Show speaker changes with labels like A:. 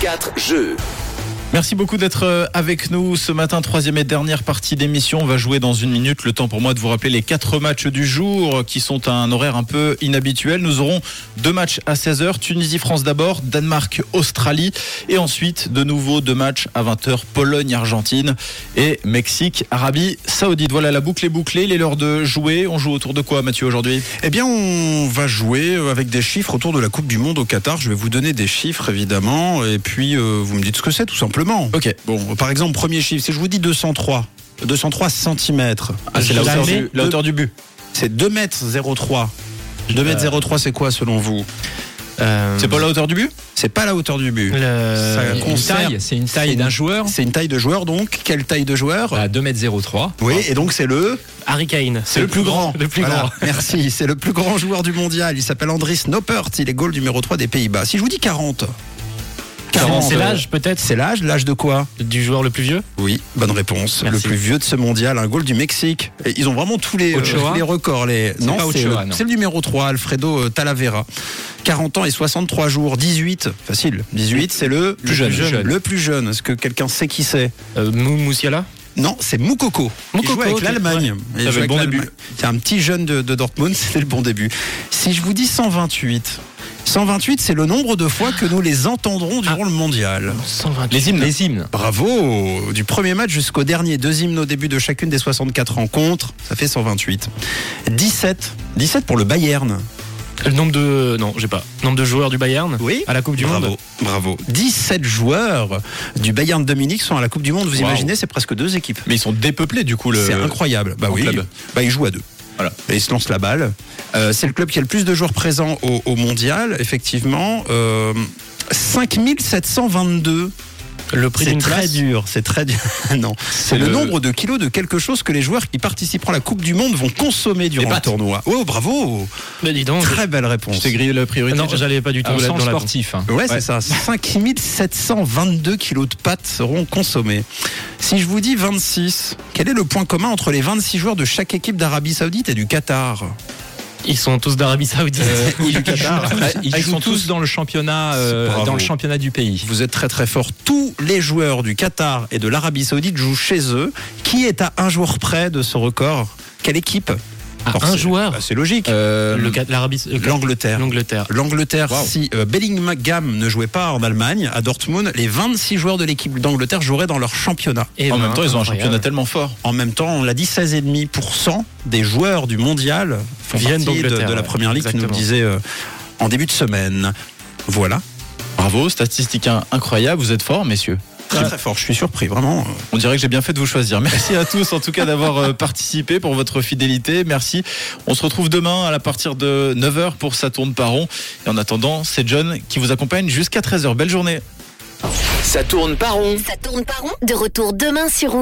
A: 4 jeux.
B: Merci beaucoup d'être euh, avec nous ce matin, troisième et dernière partie d'émission. On va jouer dans une minute. Le temps pour moi de vous rappeler les quatre matchs du jour euh, qui sont à un horaire un peu inhabituel. Nous aurons deux matchs à 16h, Tunisie-France d'abord, Danemark-Australie et ensuite de nouveau deux matchs à 20h, Pologne-Argentine et Mexique-Arabie Saoudite. Voilà, la boucle est bouclée, il est l'heure de jouer. On joue autour de quoi Mathieu aujourd'hui
C: Eh bien, on va jouer euh, avec des chiffres autour de la Coupe du Monde au Qatar. Je vais vous donner des chiffres, évidemment, et puis euh, vous me dites ce que c'est, tout simplement.
B: Ok.
C: Bon, par exemple, premier chiffre, si je vous dis 203, 203 cm,
B: Ah, c'est la hauteur du- la hauteur du but.
C: c'est 2 mètres 03. 2 mètres 03, c'est quoi selon vous
D: Euh,
B: C'est pas la hauteur du but
C: C'est pas la hauteur du but.
D: le-
C: ça
D: une
C: concerne-
D: taille, c'est une taille d'un joueur
C: C'est une taille de joueur, donc quelle taille de joueur
D: à 2m03.
C: Oui, et donc c'est le
D: Harry Kane.
C: C'est le plus grand.
D: Le plus
C: Voilà,
D: grand.
C: Merci. C'est le plus grand joueur du mondial. Il s'appelle Andries Noppert. Il est goal numéro 3 des Pays-Bas. Si je vous dis 40.
E: C'est l'âge peut-être
C: C'est l'âge. L'âge de quoi
E: du joueur le plus vieux
C: Oui, bonne réponse.
E: Merci.
C: Le plus vieux de ce mondial, un goal du Mexique. Et ils ont vraiment tous les, euh,
D: Ochoa
C: tous les records. Les...
D: C'est pas
C: c'est
D: Ochoa,
C: le,
D: non.
C: c'est le numéro 3, Alfredo euh, Talavera. 40 ans et 63 jours. 18, facile. 18, c'est le plus
D: jeune. jeune.
C: Le plus jeune. Est-ce que quelqu'un sait qui c'est
E: euh, Mou- Moussiala
C: non, c'est Moukoko. Il
E: Moukoko,
C: jouait avec
E: ok,
C: l'Allemagne. Il
B: Ça
C: jouait
B: avait le
C: avec
B: bon début.
C: l'Allemagne. C'est un petit jeune de, de Dortmund, c'était le bon début. Si je vous dis 128, 128, c'est le nombre de fois que nous les entendrons
B: Ah.
C: durant le mondial.
E: 120.
D: Les hymnes. Les hymnes.
C: Bravo Du premier match jusqu'au dernier, deux hymnes au début de chacune des 64 rencontres, ça fait 128. 17, 17 pour le Bayern.
E: Le nombre de non, j'ai pas. Nombre de joueurs du Bayern
C: Oui.
E: à la Coupe du
C: bravo,
E: Monde.
C: bravo. 17 joueurs du Bayern de Dominique sont à la Coupe du Monde, vous
B: Wow.
C: imaginez, c'est presque deux équipes.
B: Mais ils sont dépeuplés du coup. Le...
C: C'est incroyable. Bah
B: en
C: oui.
B: club.
C: Bah, il joue à deux.
B: Voilà.
C: Et il se lance la balle. Euh, c'est le club qui a le plus de joueurs présents au, au mondial, effectivement. Euh, 5722.
E: Le prix
C: C'est
E: d'une
C: très
E: place.
C: dur. C'est très dur. non. C'est le... nombre de kilos de quelque chose que les joueurs qui participeront à la Coupe du Monde vont consommer durant le
B: pâtes.
C: tournoi. Oh, bravo.
E: Mais dis donc.
C: Très belle
B: Je
C: réponse.
B: t'ai grillé la priorité.
E: Non, j'allais pas du tout
D: Au
E: là
D: sens
E: dans la.
D: sportif. hein.
C: Ouais, c'est ça. 5722 kilos de pâtes seront consommés. Si je vous dis 26, quel est le point commun entre les 26 joueurs de chaque équipe d'Arabie Saoudite et du Qatar
E: Ils sont tous d'Arabie Saoudite.
D: Euh, Ils jouent tous- Ils
B: Ils
D: jouent
B: sont
D: tous
B: tous-
D: dans le championnat, euh,
C: Bravo.
D: dans le championnat du pays.
C: Vous êtes très très fort. Tous les joueurs du Qatar et de l'Arabie Saoudite jouent chez eux. Qui est à un joueur près de ce record Quelle équipe
E: À
C: Alors,
E: un
C: c'est-
E: joueur.
C: bah, C'est logique.
D: Euh,
E: Le Cat- l'Arabie euh,
C: L'Angleterre.
E: l'Angleterre.
C: L'Angleterre,
B: Wow.
C: si euh, Bellingham ne jouait pas en Allemagne, à Dortmund, les 26 joueurs de l'équipe d'Angleterre joueraient dans leur championnat.
E: Et
B: En même temps, ils ont un
E: incroyable.
B: championnat tellement fort.
C: En même temps, on l'a dit, 16,5% des joueurs du mondial font
E: Viennent
C: partie de,
E: d'Angleterre,
C: de la
E: ouais,
C: première ligue, tu nous
E: exactement.
C: le disais euh, en début de semaine. Voilà.
B: Bravo, statistique in- incroyable, vous êtes forts, messieurs.
C: Très très fort, je suis surpris, vraiment.
B: On dirait que j'ai bien fait de vous choisir. Merci à tous, en tout cas, d'avoir euh, participé pour votre fidélité. Merci. On se retrouve demain à la partir de 9h pour Ça tourne par rond. Et en attendant, c'est John qui vous accompagne jusqu'à 13h. Belle journée.
A: Ça tourne par rond.
F: Ça tourne par rond. De retour demain sur Rouge.